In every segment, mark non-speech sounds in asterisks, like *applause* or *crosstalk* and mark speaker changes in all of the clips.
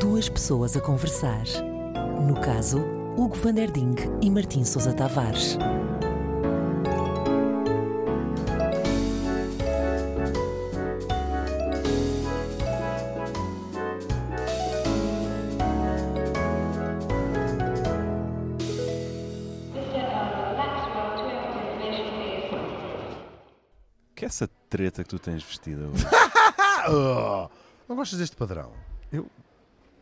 Speaker 1: duas pessoas a conversar. No caso, Hugo van der Ding e Martim Sousa Tavares.
Speaker 2: Que é essa treta que tu tens vestida hoje? *laughs*
Speaker 3: Oh, não gostas deste padrão?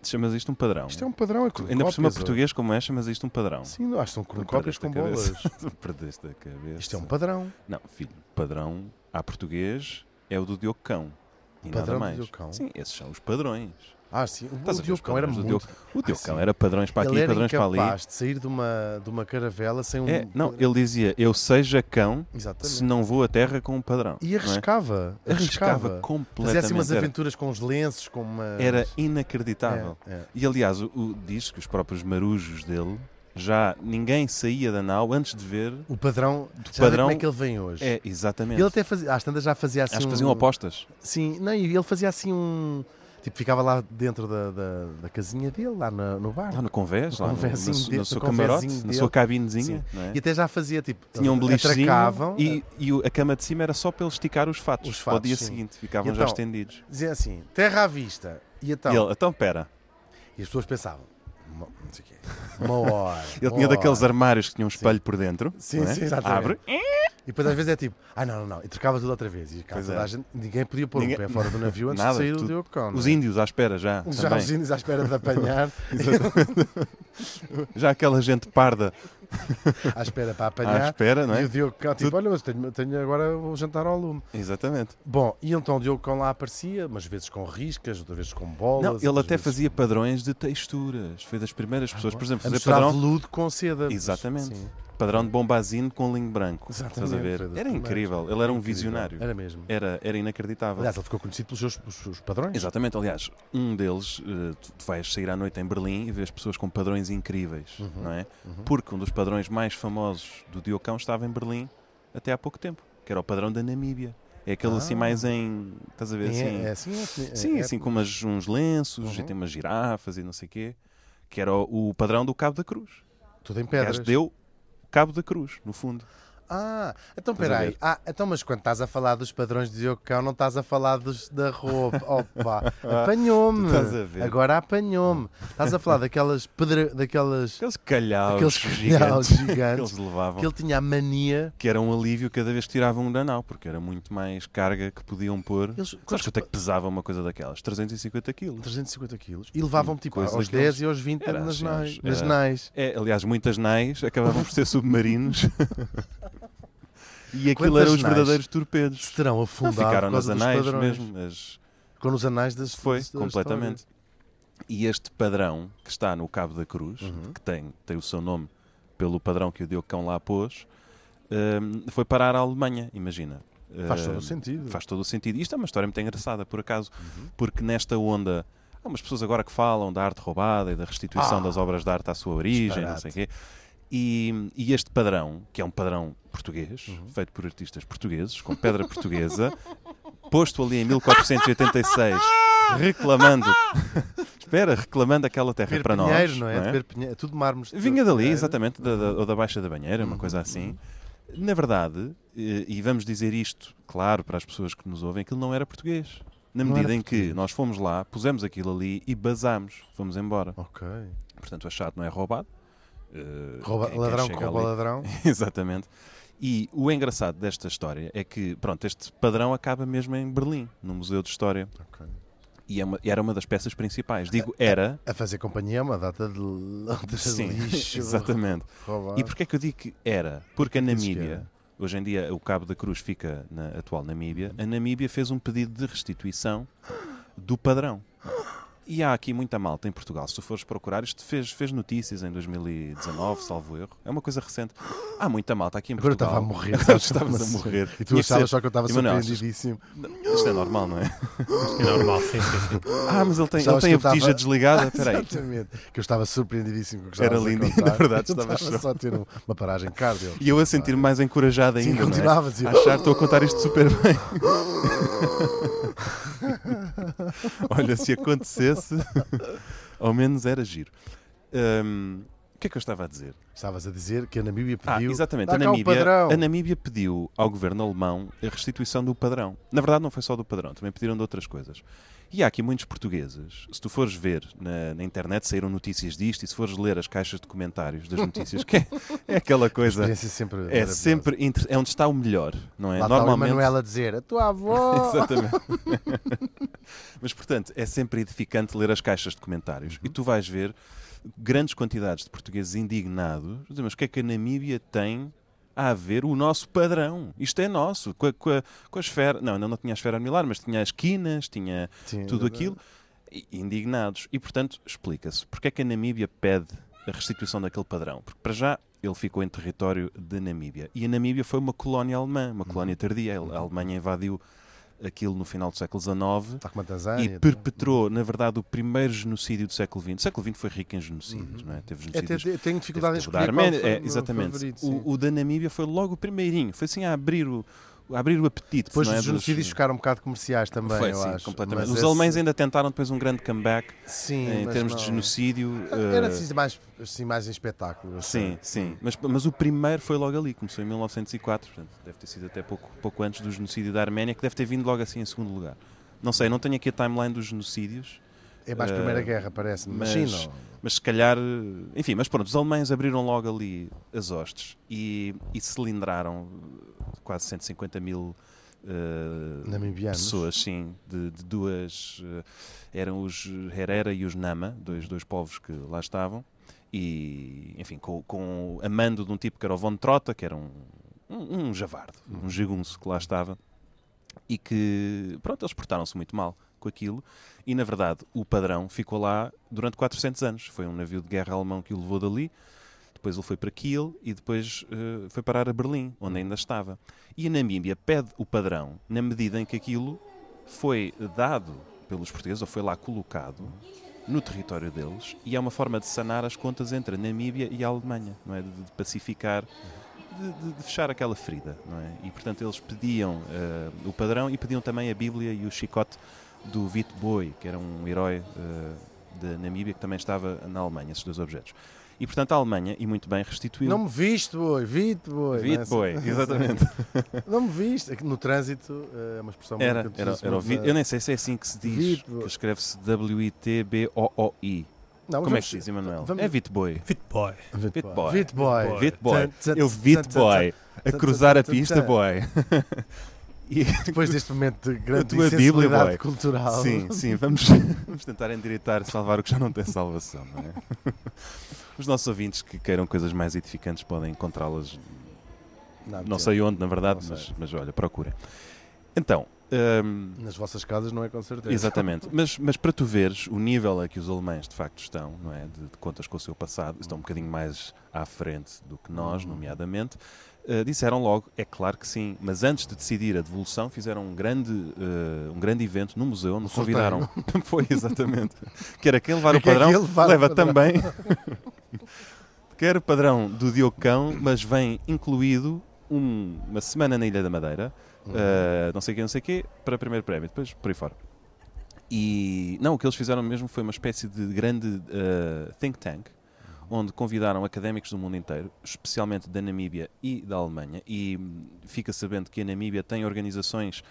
Speaker 2: chamas isto um padrão?
Speaker 3: Isto é um padrão, é
Speaker 2: Ainda por cima
Speaker 3: cornucópias, ó.
Speaker 2: português como é, chamas isto um padrão?
Speaker 3: Sim, não, acho que são
Speaker 2: Tu
Speaker 3: cornucópias
Speaker 2: perdeste
Speaker 3: com
Speaker 2: a cabeça. *laughs*
Speaker 3: bolas.
Speaker 2: Tu perdeste a cabeça.
Speaker 3: Isto é um padrão.
Speaker 2: Não, filho, padrão à português é o do Diogo Cão. E nada
Speaker 3: Padrão do
Speaker 2: mais.
Speaker 3: Diogo Cão?
Speaker 2: Sim, esses são os padrões.
Speaker 3: Ah, sim. O,
Speaker 2: Estás a
Speaker 3: o
Speaker 2: ver os
Speaker 3: Diogo Cão era
Speaker 2: padrões
Speaker 3: muito...
Speaker 2: do Diogo- O Diogo
Speaker 3: Ah,
Speaker 2: Cão
Speaker 3: sim.
Speaker 2: era padrões para aqui
Speaker 3: ele
Speaker 2: e
Speaker 3: era
Speaker 2: padrões para ali.
Speaker 3: incapaz de sair de uma, de uma caravela sem um...
Speaker 2: É, não, ele dizia, eu seja cão
Speaker 3: Exatamente.
Speaker 2: se não vou à terra com um padrão.
Speaker 3: E arriscava.
Speaker 2: não é? arriscava
Speaker 3: Arriscava.
Speaker 2: completamente.
Speaker 3: Fazia assim umas
Speaker 2: Era-
Speaker 3: aventuras com os lenços, com uma...
Speaker 2: era, inacreditável.
Speaker 3: É, é.
Speaker 2: E aliás, o, o- diz que os próprios marujos dele já ninguém saía da nau antes de ver.
Speaker 3: O padrão... Do
Speaker 2: padrão-
Speaker 3: como é que ele vem hoje.
Speaker 2: É, exatamente.
Speaker 3: Ele até fazia... Às tantas já fazia assim
Speaker 2: Acho que
Speaker 3: um...
Speaker 2: faziam apostas.
Speaker 3: Sim, não, e ele fazia assim um... Tipo, ficava lá dentro da, da, da casinha dele, lá na- no bar.
Speaker 2: Lá no convés, lá no, na,
Speaker 3: convézinho
Speaker 2: su-
Speaker 3: dele,
Speaker 2: no seu
Speaker 3: no
Speaker 2: camarote,
Speaker 3: convézinho
Speaker 2: na sua
Speaker 3: dele.
Speaker 2: cabinezinha. Não é?
Speaker 3: E até já fazia tipo.
Speaker 2: Tinha um belichezinho
Speaker 3: atracavam,
Speaker 2: e, e o- a cama de cima era só para ele esticar os fatos.
Speaker 3: Os
Speaker 2: Ao
Speaker 3: fatos,
Speaker 2: dia
Speaker 3: sim.
Speaker 2: seguinte ficavam
Speaker 3: E
Speaker 2: já
Speaker 3: então,
Speaker 2: estendidos.
Speaker 3: Dizia assim: terra à vista. E, então,
Speaker 2: E ele, então pera,
Speaker 3: e as pessoas pensavam: "Uma- não sei o quê. Uma
Speaker 2: *laughs*
Speaker 3: hora.
Speaker 2: ele
Speaker 3: uma
Speaker 2: tinha daqueles
Speaker 3: hora."
Speaker 2: armários que tinham um espelho por dentro.
Speaker 3: Sim,
Speaker 2: não é?
Speaker 3: sim, exatamente.
Speaker 2: Abre,
Speaker 3: E depois às vezes é tipo: ah, não, não, não. E trocava tudo outra vez. E cá,
Speaker 2: Pois
Speaker 3: toda
Speaker 2: é.
Speaker 3: a gente- ninguém podia pôr
Speaker 2: Ninguém-
Speaker 3: o pé fora do navio antes
Speaker 2: Nada,
Speaker 3: de sair do
Speaker 2: tudo-
Speaker 3: Diogo Cão. não é?
Speaker 2: os índios à espera já.
Speaker 3: Os
Speaker 2: também.
Speaker 3: índios à espera
Speaker 2: *laughs*
Speaker 3: de apanhar,
Speaker 2: Já aquela gente parda
Speaker 3: à espera para
Speaker 2: à
Speaker 3: apanhar.
Speaker 2: espera, não
Speaker 3: E
Speaker 2: é?
Speaker 3: o Diogo Cão, tipo, olha, mas tenho, tenho agora o jantar ao lume.
Speaker 2: Exatamente.
Speaker 3: Bom, e então o Diogo Cão lá aparecia, umas vezes com riscas, outras vezes com bolas.
Speaker 2: Não, ele
Speaker 3: outras Ah,
Speaker 2: até
Speaker 3: vezes-
Speaker 2: fazia padrões de texturas. Foi das primeiras pessoas, por exemplo,
Speaker 3: a
Speaker 2: fazer
Speaker 3: misturar
Speaker 2: padrão,
Speaker 3: veludo com seda. mas-
Speaker 2: Exatamente.
Speaker 3: sim.
Speaker 2: padrão de bombazino com linho branco. Estás a
Speaker 3: Exatamente,
Speaker 2: ver?
Speaker 3: foi das
Speaker 2: Era
Speaker 3: primeiras.
Speaker 2: incrível. Ele era um
Speaker 3: Incrível.
Speaker 2: visionário.
Speaker 3: Era mesmo.
Speaker 2: Era, era inacreditável.
Speaker 3: Aliás, ele ficou conhecido pelos seus, pelos seus padrões.
Speaker 2: Exatamente, aliás, um deles, eh, tu tu vais sair à noite em Berlim e vês pessoas com padrões incríveis,
Speaker 3: Uhum.
Speaker 2: não é? Porque um dos padrões mais famosos do Diocão estava em Berlim até há pouco tempo, que era o padrão da Namíbia. É aquele assim mais em. estás a ver
Speaker 3: Ah. Sim,
Speaker 2: assim?
Speaker 3: é, é assim, é assim, Uhum. é-
Speaker 2: Sim,
Speaker 3: é-
Speaker 2: assim com umas- uns lenços e tem umas girafas e não sei o quê, que era o, o padrão do Cabo da Cruz.
Speaker 3: Tudo em
Speaker 2: O gajo
Speaker 3: pedras.
Speaker 2: deu o Cabo da Cruz, no fundo.
Speaker 3: Ah, então
Speaker 2: Estás a
Speaker 3: peraí.
Speaker 2: ver?
Speaker 3: Ah, então, mas quando estás a falar dos padrões de Diogo Cão, não estás a falar dos da roupa.
Speaker 2: *laughs*
Speaker 3: Opa, apanhou-me.
Speaker 2: Tu Ah, estás a ver.
Speaker 3: Agora apanhou-me. Estás a falar daquelas pedra... daquelas
Speaker 2: Aqueles calhaus
Speaker 3: Aqueles calhaus
Speaker 2: *laughs* gigantes, que
Speaker 3: gigantes
Speaker 2: eles levavam.
Speaker 3: que ele tinha a mania.
Speaker 2: que era um alívio cada vez que tiravam um danau, porque era muito mais carga que podiam pôr.
Speaker 3: Eles-
Speaker 2: Sabes
Speaker 3: quantos
Speaker 2: quanto é que pesava uma coisa daquelas? 350 quilos.
Speaker 3: 350 quilos. E levavam-me tipo
Speaker 2: Coisa
Speaker 3: aos
Speaker 2: daqueles.
Speaker 3: 10 e aos 20
Speaker 2: Era
Speaker 3: nas
Speaker 2: assim,
Speaker 3: nais.
Speaker 2: era-
Speaker 3: Nas nais.
Speaker 2: É, aliás, muitas nais acabavam por ser *laughs* submarinos. e aquilo
Speaker 3: Quantas
Speaker 2: eram os
Speaker 3: nais?
Speaker 2: verdadeiros torpedos.
Speaker 3: Se terão
Speaker 2: Não,
Speaker 3: afundado
Speaker 2: ficaram
Speaker 3: por
Speaker 2: nas
Speaker 3: causa dos
Speaker 2: anais
Speaker 3: padrões.
Speaker 2: mesmo. As...
Speaker 3: Com os anais das
Speaker 2: Foi,
Speaker 3: das- das
Speaker 2: completamente.
Speaker 3: histórias.
Speaker 2: E este padrão que está no Cabo da Cruz,
Speaker 3: Uhum.
Speaker 2: que tem, tem o seu nome pelo padrão que o Diocão lá pôs, hum, foi parar à Alemanha, imagina.
Speaker 3: Faz todo
Speaker 2: Hum,
Speaker 3: o sentido. Uhum.
Speaker 2: Faz todo o sentido. Isto é uma história muito engraçada, por acaso, porque nesta onda há umas pessoas agora que falam da arte roubada e da
Speaker 3: Ah.
Speaker 2: restituição das obras de arte à sua origem, não sei o quê. E, e este padrão, que é um padrão português,
Speaker 3: Uhum.
Speaker 2: feito por artistas portugueses, com pedra portuguesa,
Speaker 3: *laughs*
Speaker 2: posto ali em 1486,
Speaker 3: *laughs*
Speaker 2: reclamando, espera, reclamando aquela terra para nós.
Speaker 3: Pinheiro, não é? De ver Pinheiro. Tudo mármores. de
Speaker 2: Vinha dali,
Speaker 3: Pinheiro. Uhum.
Speaker 2: exatamente, da, da- ou da Baixa da Banheira, uma coisa assim. Na verdade, eh, e vamos dizer isto, claro, para as pessoas que nos ouvem, aquilo não era português. Na
Speaker 3: Não era
Speaker 2: medida em que nós fomos lá, pusemos aquilo ali e basámos, fomos embora.
Speaker 3: Ok.
Speaker 2: Portanto, achado não é roubado. Eh,
Speaker 3: Rouba,
Speaker 2: quem- quem
Speaker 3: ladrão que
Speaker 2: chega
Speaker 3: rouba
Speaker 2: ali- *laughs*
Speaker 3: ladrão.
Speaker 2: Exatamente. E o engraçado desta história é que, pronto, este padrão acaba mesmo em Berlim, no Museu de História.
Speaker 3: Ok.
Speaker 2: E é uma- era uma das peças principais. Digo
Speaker 3: *laughs*
Speaker 2: era,
Speaker 3: A fazer companhia é uma data de, l- de *laughs*
Speaker 2: sim, *laughs*
Speaker 3: lixo.
Speaker 2: exatamente.
Speaker 3: Roubar.
Speaker 2: E porquê é que eu digo que era? Porque a
Speaker 3: Dizes que
Speaker 2: Namíbia,
Speaker 3: era.
Speaker 2: hoje em dia o Cabo da Cruz fica na atual Namíbia, a Namíbia fez um pedido de restituição do padrão. E há aqui muita malta em Portugal. Se tu fores procurar, isto fez, fez notícias em 2019, salvo erro. É uma coisa recente. Há muita malta aqui em
Speaker 3: Agora eu
Speaker 2: Portugal.
Speaker 3: estava a morrer.
Speaker 2: *laughs* Agora estavas a morrer.
Speaker 3: E tu
Speaker 2: Tinha que
Speaker 3: achavas
Speaker 2: ser.
Speaker 3: só que eu estava
Speaker 2: Emanuel, achas- *laughs*
Speaker 3: surpreendidíssimo.
Speaker 2: Isto é normal, não é?
Speaker 3: *laughs*
Speaker 4: É normal, sim, sim, sim.
Speaker 2: Ah, mas ele tem, ele
Speaker 3: Achavas
Speaker 2: tem
Speaker 3: que
Speaker 2: a
Speaker 3: eu tava-
Speaker 2: botija desligada.
Speaker 3: *laughs*
Speaker 2: Espera aí.
Speaker 3: Exatamente. Que eu estava surpreendidíssimo com o que
Speaker 2: Era
Speaker 3: estavas a
Speaker 2: lindo *laughs* e,
Speaker 3: contar.
Speaker 2: na verdade,
Speaker 3: Eu
Speaker 2: estava
Speaker 3: estava só a ter um- uma paragem cardio.
Speaker 2: E eu a sentir-me mais encorajado
Speaker 3: Sim,
Speaker 2: ainda. não é?
Speaker 3: continuava, assim.
Speaker 2: A achar que estou a contar isto super
Speaker 3: *laughs*
Speaker 2: bem. Olha, se acontecesse. Ao menos era giro. Hum, o que é que eu estava a dizer?
Speaker 3: Estavas a dizer que a Namíbia
Speaker 2: Ah,
Speaker 3: pediu.
Speaker 2: exatamente.
Speaker 3: "Dá
Speaker 2: A
Speaker 3: cá o
Speaker 2: Namíbia,
Speaker 3: padrão."
Speaker 2: a Namíbia pediu ao governo alemão a restituição do padrão. Na verdade, não foi só do padrão, também pediram de outras coisas. E há aqui muitos portugueses. Se tu fores ver na, na internet, saíram notícias disto, e se fores ler as caixas de comentários das notícias, que é, é aquela coisa.
Speaker 3: Experiência sempre
Speaker 2: É
Speaker 3: maravilhosa.
Speaker 2: sempre inter- é onde está o melhor, não é?
Speaker 3: Lá está o
Speaker 2: *laughs*
Speaker 3: Oh! Manuel a dizer, a tua avó.
Speaker 2: Exatamente. *laughs* Mas, portanto, é sempre edificante ler as caixas de comentários.
Speaker 3: Uhum.
Speaker 2: E tu vais ver grandes quantidades de portugueses indignados. a dizer, Mas o que é que a Namíbia tem a ver o nosso padrão? Isto é nosso. Com a, com a- com a esfera... Não, não, não tinha a esfera milar, mas tinha as quinas, tinha
Speaker 3: Sim,
Speaker 2: tudo
Speaker 3: é
Speaker 2: aquilo. E- Indignados. E, portanto, explica-se. Porque é que a Namíbia pede a restituição daquele padrão? Porque, para já, ele ficou em território da Namíbia. E a Namíbia foi uma colónia alemã,
Speaker 3: Uhum.
Speaker 2: uma colónia tardia. A Alemanha invadiu aquilo no final do século XIX
Speaker 3: Está com uma Tanzânia.
Speaker 2: e perpetrou, na verdade, o primeiro genocídio do século XX. O século XX foi rico em genocídios, não é? Teve
Speaker 3: É, te-
Speaker 2: genocídios...
Speaker 3: te- tenho dificuldade em
Speaker 2: Teve o da
Speaker 3: escolher qual
Speaker 2: Arménia,
Speaker 3: foi
Speaker 2: é,
Speaker 3: o meu
Speaker 2: exatamente.
Speaker 3: favorito, sim.
Speaker 2: o, o da Namíbia foi logo o primeirinho. Foi assim a abrir o, a abrir o apetite.
Speaker 3: Depois
Speaker 2: não é,
Speaker 3: dos genocídios ficaram um bocado comerciais também,
Speaker 2: Foi,
Speaker 3: eu
Speaker 2: sim,
Speaker 3: acho.
Speaker 2: completamente.
Speaker 3: Mas
Speaker 2: Os
Speaker 3: esse-
Speaker 2: alemães ainda tentaram depois um grande comeback
Speaker 3: Sim,
Speaker 2: em
Speaker 3: mas
Speaker 2: termos
Speaker 3: não. é.
Speaker 2: de genocídio.
Speaker 3: Era
Speaker 2: eh,
Speaker 3: assim mais, assim, mais em espetáculo. eu
Speaker 2: Sim,
Speaker 3: sei.
Speaker 2: sim. Mas, mas o primeiro foi logo ali, começou em 1904, portanto, deve ter sido até pouco, pouco antes do genocídio da Arménia, que deve ter vindo logo assim em segundo lugar. Não sei, não tenho aqui a timeline dos genocídios,
Speaker 3: É mais
Speaker 2: Eh,
Speaker 3: Primeira Guerra, parece-me. Mas,
Speaker 2: mas-
Speaker 3: sim, não.
Speaker 2: mas se calhar. eh, Enfim, mas pronto, os alemães abriram logo ali as hostes e, e cilindraram eh, quase 150 mil. eh,
Speaker 3: Namibianos.
Speaker 2: pessoas, sim, de, de duas. eh, eram os Herera e os Nama, dois, dois povos que lá estavam. E, enfim, com, com a mando de um tipo que era o Von Trota, que era um, um, um javardo, um jagunço que lá estava. E que, pronto, eles portaram-se muito mal com aquilo. E, na verdade, o padrão ficou lá durante 400 anos. Foi um navio de guerra alemão que o levou dali. Depois ele foi para Kiel e depois eh, foi parar a Berlim, onde ainda estava. E a Namíbia pede o padrão na medida em que aquilo foi dado pelos portugueses, ou foi lá colocado, no território deles, e é uma forma de sanar as contas entre a Namíbia e a Alemanha, não é? de, de pacificar, de, de- de fechar aquela ferida. Não é? E, portanto, eles pediam eh, o padrão e pediam também a Bíblia e o chicote do Vit Boi, que era um herói eh, da Namíbia que também estava na Alemanha, esses dois objetos. E, portanto, a Alemanha, e muito bem, restituiu...
Speaker 3: Não me viste, boi. Vite, boi. não é
Speaker 2: Vit
Speaker 3: assim? *laughs*
Speaker 2: Boi, exatamente.
Speaker 3: Não me viste. É que No trânsito eh, é uma expressão muito
Speaker 2: Era,
Speaker 3: que eu
Speaker 2: era,
Speaker 3: preciso
Speaker 2: era o
Speaker 3: muito,
Speaker 2: vi-
Speaker 3: eh,
Speaker 2: Eu nem sei se é assim que se diz.
Speaker 3: Vito.
Speaker 2: que Escreve-se W-I-T-B-O-O-I.
Speaker 3: Não,
Speaker 2: Como é
Speaker 3: vamos-
Speaker 2: que se diz, Emanuel?
Speaker 3: vamos-
Speaker 2: É Vitboy.
Speaker 4: Fitboy.
Speaker 2: Vit boy.
Speaker 3: Vite, boy.
Speaker 2: Vit Boy.
Speaker 3: Tan, tan,
Speaker 2: Eu Vit
Speaker 3: tan, tan,
Speaker 2: Boy. A
Speaker 3: tan,
Speaker 2: cruzar
Speaker 3: tan,
Speaker 2: a
Speaker 3: tan,
Speaker 2: pista,
Speaker 3: tan. *laughs*
Speaker 2: boy. E-
Speaker 3: Depois deste momento de grande
Speaker 2: tua Bíblia,
Speaker 3: sensibilidade
Speaker 2: boy.
Speaker 3: cultural.
Speaker 2: *laughs* Sim, sim, vamos, vamos tentar endireitar e salvar o que já não tem salvação, não é? *laughs* Os nossos ouvintes que queiram coisas mais edificantes podem encontrá-las não
Speaker 3: mentira.
Speaker 2: sei onde, na verdade,
Speaker 3: Não
Speaker 2: mas,
Speaker 3: sei.
Speaker 2: mas olha, procurem. Então, hum,
Speaker 3: Nas vossas casas não é com certeza.
Speaker 2: Exatamente. Mas, mas para tu veres o nível a que os alemães de facto estão, não é? De, de contas com o seu passado, estão um bocadinho mais à frente do que
Speaker 3: Uhum.
Speaker 2: nós, nomeadamente, eh, disseram logo, é claro que sim, mas antes de decidir a devolução, fizeram um grande, eh, um grande evento no museu onde
Speaker 3: sorteio.
Speaker 2: convidaram. *laughs* Foi, exatamente. Que era quem levar o
Speaker 3: *laughs* Que é que
Speaker 2: padrão,
Speaker 3: ele levar o
Speaker 2: leva
Speaker 3: padrão.
Speaker 2: também. *laughs* Quer o padrão do Diocão, mas vem incluído um- uma semana na Ilha da Madeira,
Speaker 3: Uhum.
Speaker 2: eh, não sei o quê, não sei o quê, para primeiro prémio, depois por aí fora. E não, o que eles fizeram mesmo foi uma espécie de grande eh, think tank, onde convidaram académicos do mundo inteiro, especialmente da Namíbia e da Alemanha, e hum, fica sabendo que a Namíbia tem organizações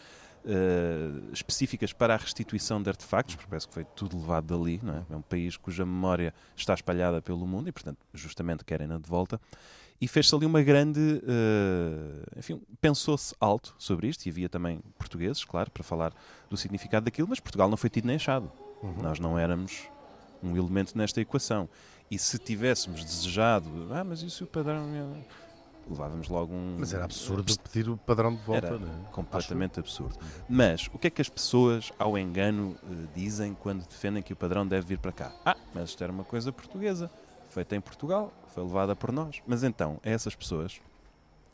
Speaker 2: eh, específicas para a restituição de artefactos, porque parece que foi tudo levado dali, não é? É um país cuja memória está espalhada pelo mundo e, portanto, justamente querem-na de volta. E fez-se ali uma grande. eh, enfim, pensou-se alto sobre isto, e havia também portugueses, claro, para falar do significado daquilo, mas Portugal não foi tido nem achado.
Speaker 3: Uhum.
Speaker 2: Nós não éramos um elemento nesta equação. E se tivéssemos desejado, ah, mas isso o padrão. é-" Levávamos logo um.
Speaker 3: Mas era absurdo pedir o padrão de volta,
Speaker 2: Era
Speaker 3: não é?
Speaker 2: completamente absurdo. Mas o que é que as pessoas, ao engano, eh, dizem quando defendem que o padrão deve vir para cá? Ah, mas isto era uma coisa portuguesa, feita em Portugal, foi levada por nós. Mas então, a essas pessoas,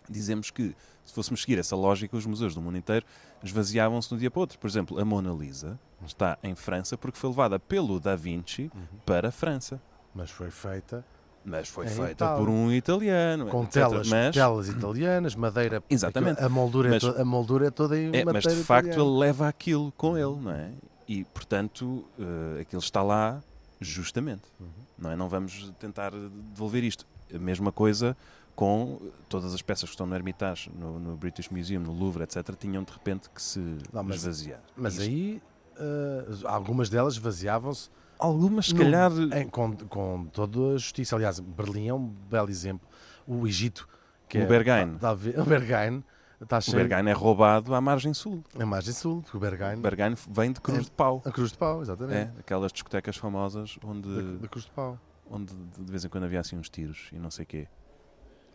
Speaker 2: dizemos que se fôssemos seguir essa lógica, os museus do mundo inteiro esvaziavam-se de um dia para o outro. Por exemplo, a Mona Lisa está em França porque foi levada pelo Da Vinci para a França.
Speaker 3: Uhum. Mas foi feita
Speaker 2: Mas foi
Speaker 3: Em
Speaker 2: feita
Speaker 3: É Itália.
Speaker 2: por um italiano.
Speaker 3: com
Speaker 2: etc.
Speaker 3: telas,
Speaker 2: Mas-
Speaker 3: telas italianas, madeira. é
Speaker 2: Exatamente.
Speaker 3: A moldura,
Speaker 2: Mas-
Speaker 3: é to- a moldura é toda
Speaker 2: É,
Speaker 3: em madeira
Speaker 2: mas de facto
Speaker 3: italiana.
Speaker 2: ele leva aquilo com ele, não é? E portanto, eh, aquilo está lá Justamente.
Speaker 3: Uhum.
Speaker 2: Não, é? não vamos tentar devolver isto. A mesma coisa com todas as peças que estão no Hermitage, no, no British Museum, no Louvre, etc., tinham de repente que se
Speaker 3: Não, mas-
Speaker 2: esvaziar.
Speaker 3: Mas
Speaker 2: Isto-
Speaker 3: aí eh, algumas delas vaziavam-se
Speaker 2: algumas, se
Speaker 3: no-
Speaker 2: calhar,
Speaker 3: em- com, com toda a justiça. Aliás, Berlim é um belo exemplo. O Egito, que
Speaker 2: O
Speaker 3: é-
Speaker 2: Berghain.
Speaker 3: talvez- o Berghain está
Speaker 2: o
Speaker 3: cheio.
Speaker 2: Berghain é roubado à margem sul.
Speaker 3: A margem sul, porque o Berghain.
Speaker 2: O Berghain vem de Cruz de Pau.
Speaker 3: A Cruz de Pau,
Speaker 2: É,
Speaker 3: exatamente.
Speaker 2: aquelas discotecas famosas
Speaker 3: Da,
Speaker 2: onde,
Speaker 3: da Cruz de Pau.
Speaker 2: onde de vez em quando havia assim uns tiros e não sei o quê.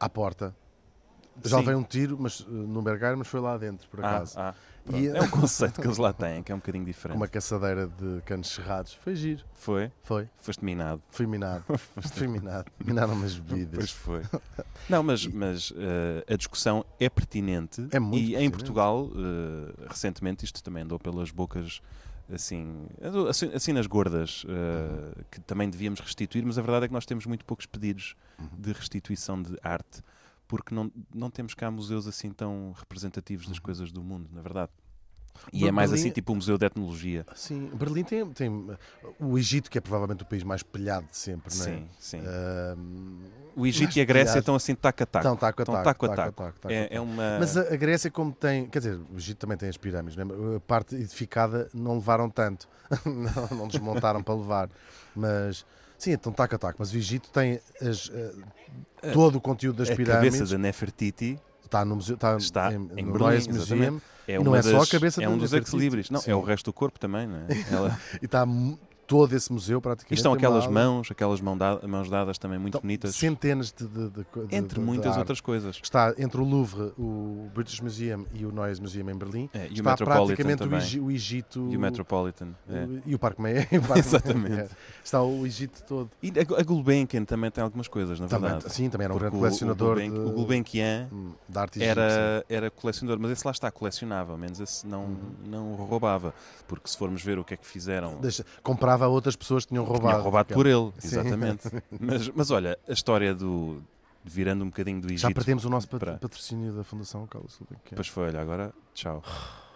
Speaker 3: À porta. Já
Speaker 2: Sim.
Speaker 3: levei um tiro mas, eh, no Berghain, mas foi lá dentro, por
Speaker 2: Ah,
Speaker 3: acaso.
Speaker 2: ah, pronto.
Speaker 3: E-
Speaker 2: É um conceito que eles lá têm, que é um bocadinho
Speaker 3: Com
Speaker 2: diferente.
Speaker 3: uma caçadeira de canos cerrados. Foi giro.
Speaker 2: Foi?
Speaker 3: Foi.
Speaker 2: Foste minado. *laughs*
Speaker 3: Fui minado. Fui minado. Minaram-me as bebidas.
Speaker 2: Pois foi.
Speaker 3: *laughs*
Speaker 2: Não, mas, mas eh, a discussão é pertinente
Speaker 3: É muito
Speaker 2: e em
Speaker 3: pertinente.
Speaker 2: Portugal, eh, recentemente, isto também andou pelas bocas assim, andou assim, assim nas gordas, eh,
Speaker 3: Uhum.
Speaker 2: que também devíamos restituir, mas a verdade é que nós temos muito poucos pedidos
Speaker 3: Uhum.
Speaker 2: de restituição de arte, porque não, não temos cá museus assim tão representativos
Speaker 3: Uhum.
Speaker 2: das coisas do mundo, na verdade. E
Speaker 3: Ber-
Speaker 2: é mais
Speaker 3: Berlim-
Speaker 2: assim, tipo o Museu de Etnologia.
Speaker 3: Sim, Berlim tem, tem uh, o Egito, que é provavelmente o país mais pilhado de sempre, não é?
Speaker 2: Sim, sim.
Speaker 3: Ahm,
Speaker 2: o Egito
Speaker 3: mas
Speaker 2: e a Grécia
Speaker 3: viagem-
Speaker 2: estão assim taco a taco.
Speaker 3: Então, taco a
Speaker 2: Então,
Speaker 3: taco.
Speaker 2: taco a
Speaker 3: taco a
Speaker 2: taco.
Speaker 3: taco, taco a
Speaker 2: É,
Speaker 3: taco.
Speaker 2: é uma...
Speaker 3: Mas a, a Grécia, como tem. Quer dizer, o Egito também tem as pirâmides, não é? a parte edificada não levaram tanto. *laughs* não, não desmontaram para levar. Mas. Sim, então taco a taco. Mas o Egito tem as, uh, todo o conteúdo das
Speaker 2: É. a cabeça
Speaker 3: pirâmides.
Speaker 2: da Nefertiti
Speaker 3: Está no museu. Está,
Speaker 2: Está
Speaker 3: em,
Speaker 2: em
Speaker 3: no
Speaker 2: Berlim,
Speaker 3: Neues Museum.
Speaker 2: exatamente. é
Speaker 3: E
Speaker 2: uma
Speaker 3: não é
Speaker 2: das,
Speaker 3: só a cabeça
Speaker 2: é
Speaker 3: da
Speaker 2: um dos
Speaker 3: Nefertiti.
Speaker 2: equilíbrios. Não,
Speaker 3: Sim.
Speaker 2: é o resto do corpo também,
Speaker 3: *laughs*
Speaker 2: não é? Ela-
Speaker 3: E está mu- todo esse museu praticamente.
Speaker 2: e estão
Speaker 3: tem uma
Speaker 2: aquelas
Speaker 3: ala-
Speaker 2: mãos, aquelas mão da- mãos dadas também muito
Speaker 3: Então,
Speaker 2: bonitas,
Speaker 3: Centenas de. de, de, co- de-
Speaker 2: entre
Speaker 3: de- de
Speaker 2: muitas
Speaker 3: arte.
Speaker 2: outras coisas.
Speaker 3: está entre o Louvre, o British Museum e o Neues Museum em Berlim.
Speaker 2: É, e o
Speaker 3: está
Speaker 2: Metropolitan
Speaker 3: praticamente o,
Speaker 2: também.
Speaker 3: Egi- o Egito
Speaker 2: E o Metropolitan.
Speaker 3: o-
Speaker 2: é.
Speaker 3: e o Parque *laughs* Meia. e o Parque
Speaker 2: Exatamente.
Speaker 3: Meia. é, Está o Egito todo.
Speaker 2: E a, a Gulbenkian também tem algumas coisas, na
Speaker 3: Também,
Speaker 2: É verdade.
Speaker 3: sim, também era um
Speaker 2: Porque
Speaker 3: grande
Speaker 2: o-
Speaker 3: colecionador
Speaker 2: O, Gulbenk-
Speaker 3: de,
Speaker 2: o Gulbenkian
Speaker 3: hum, de arte egípcia.
Speaker 2: era, era colecionador, mas esse lá está, colecionava, ao menos esse não,
Speaker 3: Uhum.
Speaker 2: não o roubava. Porque se formos ver o que é que fizeram
Speaker 3: Deixa- comprava a outras pessoas que é- tinham roubado.
Speaker 2: Tinha roubado por ele,
Speaker 3: *laughs* Sim.
Speaker 2: exatamente. Mas, mas olha, a história do. virando um bocadinho do Egito.
Speaker 3: Já perdemos o nosso pat-
Speaker 2: Para-
Speaker 3: patrocínio da Fundação Carlos Gulbenkian.
Speaker 2: Depois foi, olha, agora tchau.